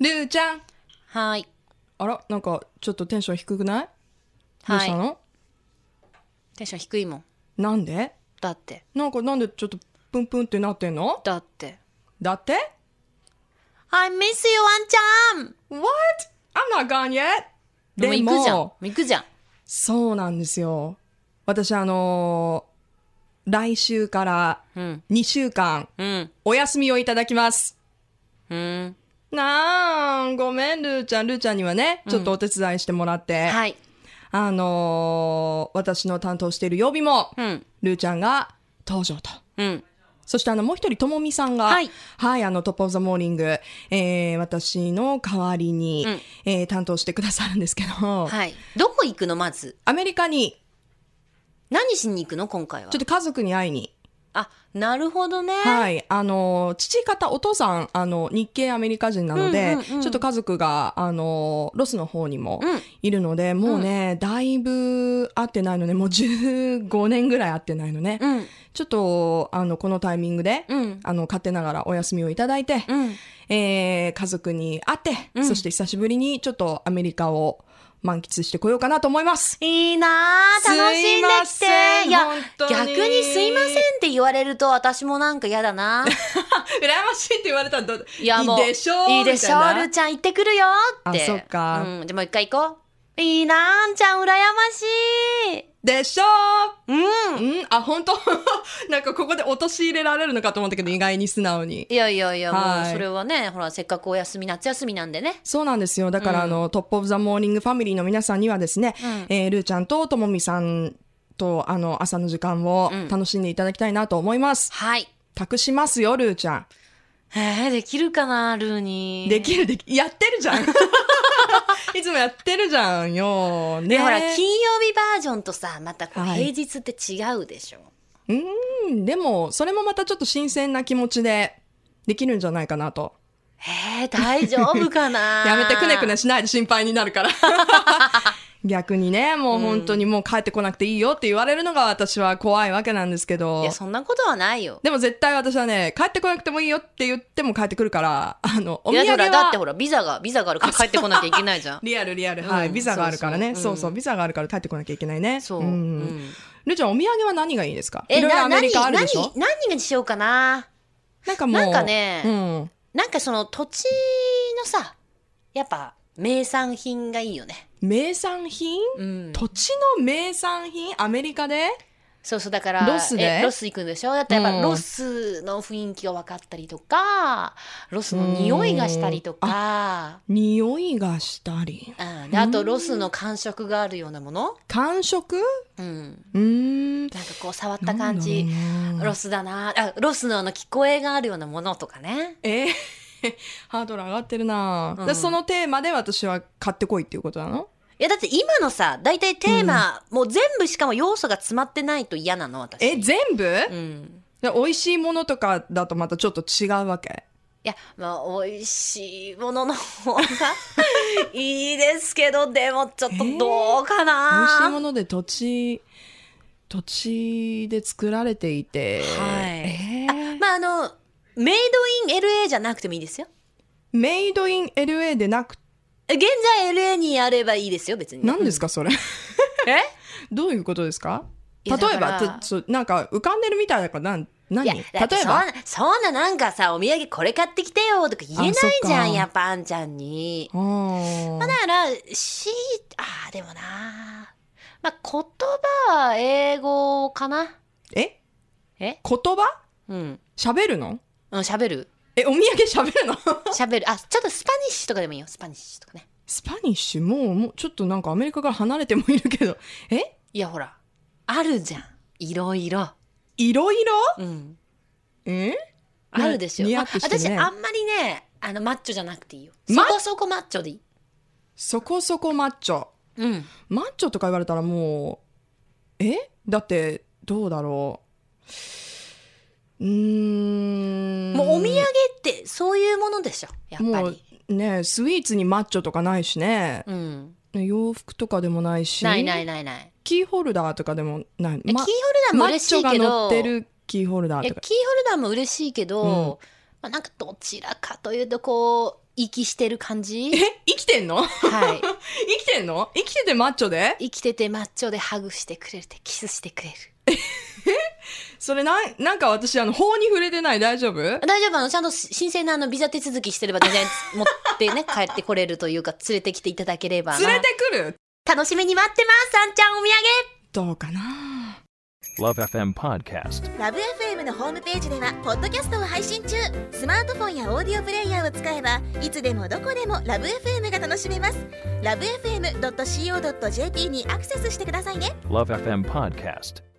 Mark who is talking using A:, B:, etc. A: ルーちゃん
B: はい。
A: あらなんかちょっとテンション低くない、どう
B: は
A: し
B: い
A: た。の
B: テンション低いもん。
A: なんで
B: だって。
A: なんかなんでちょっとプンプンってなってんの
B: だって。
A: だって
B: I miss you, ワンちゃん
A: What? I'm not gone yet!
B: でも行くじゃん。もう行くじゃん。
A: そうなんですよ。私あのー来週から
B: うん。
A: 2週間
B: うん。
A: お休みをいただきます。
B: うん。
A: なあ、ごめん、ルーちゃん。ルーちゃんにはね、ちょっとお手伝いしてもらって、
B: はい。
A: あのー私の担当している曜日も、
B: うん。
A: ルーちゃんが登場と。
B: うん。
A: そしてあの、もう一人、ともみさんが、
B: はい
A: あの、トップオブザモーニング、えー、私の代わりに、
B: うん
A: えー担当してくださるんですけど、
B: はい。どこ行くのまず。
A: アメリカに、
B: 何しに行くの今回は
A: ちょっ。と家族に会いに、
B: あ、なるほどね。
A: はい、あの、父方、お父さん、あの、日系アメリカ人なので、
B: うんうんうん
A: ちょっと家族が、あの、ロスの方にも
B: うん
A: いるので、もうね、だいぶ会ってないので、もう15年ぐらい会ってないのね。
B: うん。
A: ちょっと、あの、このタイミングで、
B: うん。
A: あの、勝手ながらお休みをいただいて、
B: うん。
A: えー家族に会って、
B: うん
A: そして久しぶりにちょっとアメリカを満喫してこようかなと思います。
B: いいなあ楽しんでき
A: すいませ
B: て
A: ん
B: いや
A: 本当に
B: 逆にすいませんって言われると私もなんか嫌 だな
A: 羨ましいって言われたらどう
B: いやもう
A: いいでしょう
B: いいでしょう
A: みたいな
B: るーちゃん行ってくるよって
A: あそっか
B: うん、じゃあもう一回行こういいなあんちゃん羨ましい
A: でしょ
B: うん
A: ううん、あ、本当 なんかここで陥れられるのかと思ったけど、意外に素直に。
B: いやいやいや、
A: はい
B: もうそれはねほらせっかくお休み夏休みなんでね
A: そうなんですよ。だから、
B: うん
A: あの、トップオブザモーニングファミリーの皆さんにはですね、
B: うん
A: えー、ルーちゃんとともみさんと、あの、朝の時間を
B: うん
A: 楽しんでいただきたいなと思います。
B: はい
A: 託しますよ、ルーちゃん。
B: えー、できるかなルーに
A: できるでき、やってるじ ゃん。いつもやってるじゃんよ。ね
B: でほら金曜日バージョンとさまたこう
A: は
B: 平
A: い
B: 日って違うでしょ、
A: うん、でも、それもまたちょっと新鮮な気持ちでできるんじゃないかなと。
B: えー、大丈夫か な
A: やめてくねくねしないで心配になるから。 逆にね、もう本当にもう帰ってこなくていいよって言われるのが私は怖いわけなんですけ
B: い
A: ど
B: や、。そんなことはないよ。
A: でも絶対私はね、帰ってこなくてもいいよって言っても帰ってくるから、あの、お
B: い
A: 土
B: や、
A: 産
B: ほら、だって
A: は、。
B: ほら、ビザが、ビザがあるから帰ってこなきゃいけないじゃん
A: リアルリアル、はい、
B: うん
A: ビザがあるからね。
B: そうそ
A: そううそう、ビザがあるから帰ってこなきゃいけないね。
B: そう。
A: う。
B: うんん
A: ルーちゃん、お土産は何がいいです かい
B: え、
A: ろいろ
B: な、
A: アメリ
B: 何、
A: カある
B: 何、
A: でしょ
B: 何がしようかな。
A: なんかもう。
B: なんかね
A: うん。
B: なんかその土地のさ、やっぱ、名産品がいいよね。
A: 名産品、
B: うん。
A: 土地の名産品アメリカで
B: そうそう、だから、
A: ロスで
B: えロス行くんでしょだってやっ
A: う
B: ぱ
A: ん
B: ロスの雰囲気が分かったりとか、ロスの匂いがしたりとか、
A: 匂いがしたり。
B: うん。で、あとロスの感触があるようなもの
A: 感触
B: うん。
A: うーん。
B: なんかこう、触った感じ。
A: なんだろうな
B: ロスだなあロスのあの聞こえがあるようなものとかね
A: えー ハードル上がってるな、
B: うん
A: でそのテーマで私は買ってこいっていうことなの
B: いやだって今のさ大体テーマ、もう全部しかも要素が詰まってないと嫌なの私
A: え全部、
B: うん
A: で美味しいものとかだとまたちょっと違うわけ
B: いやまあ美味しいものの方が いいですけどでもちょっとどうか
A: 美味しい
B: な、
A: もので土地土地で作られていて、
B: は
A: え
B: い
A: ー
B: あまああのメイドイン LA じゃなくてもいいですよ
A: メイドイン LA でなく
B: 現在 LA にあればいいですよ別に
A: 何ですかそれ
B: え
A: どういうことですか
B: い
A: 例え
B: や
A: ば
B: だから
A: ちょなんか浮かんでるみたいだからなん何
B: いや
A: 例え
B: だってそん
A: ば
B: なそんななんかさお土産これ買ってきてよとか言えない
A: あそっか
B: じゃんやっぱあんちゃんに
A: あー
B: まあだから、し、ああ、でもなまあ、言葉は英語かな
A: え
B: え
A: 言葉
B: うん。
A: 喋るの
B: うん、喋る
A: えお土産喋るの
B: 喋る。あ、ちょっとスパニッシュとかでもいいよ。スパニッシュとかね。
A: スパニッシュもうもうちょっとなんかアメリカから離れてもいるけどえ
B: いや、ほら。あるじゃん。いろいろ。
A: いろいろ
B: うん。
A: え
B: あるでしょ。
A: 似合
B: ま
A: っ
B: あ
A: てして
B: 私、
A: ね
B: あんまりね、あの、マッチョじゃなくていいよ。そ
A: マッ
B: こそこマッチョでいい。
A: そこそこマッチョ
B: うん。
A: マッチョとか言われたらもうえだってどうだろううーん
B: もうお土産ってそういうものでしょ。やっぱ
A: もう
B: り。
A: ねスイーツにマッチョとかないしね、
B: うん。
A: 洋服とかでもないし
B: ないないないない。
A: キーホルダーとかでもない、
B: えキーホルダーも
A: マッ
B: 嬉し
A: チョ
B: い
A: が
B: けど。
A: 乗ってるキーホルダ
B: い
A: ー
B: や
A: と
B: キー
A: か
B: ホルダーも嬉しいけど、まあ、なんかどちらかというとこう息してる感じ
A: え、生きてんの
B: はい
A: 生きてんの生きててマッチョで
B: 生きててマッチョでハグしてくれるってキスしてくれる
A: それなん、なんか私、あの、法に触れてない大丈夫
B: 大丈夫あのちゃんと申請のあのビザ手続きしてれば全然持って ね帰ってこれるというか連れてきていただければな
A: 連れてくる
B: 楽しみに待ってますさんちゃんお土産
A: どうかな
C: Love FM Podcast.
D: ラブ f m のホームページではポッドキャストを配信中スマートフォンやオーディオプレイヤーを使えばいつでもどこでもラブ f m が楽しめますラブ FM.co.jp にアクセスしてくださいね
C: Love FM Podcast.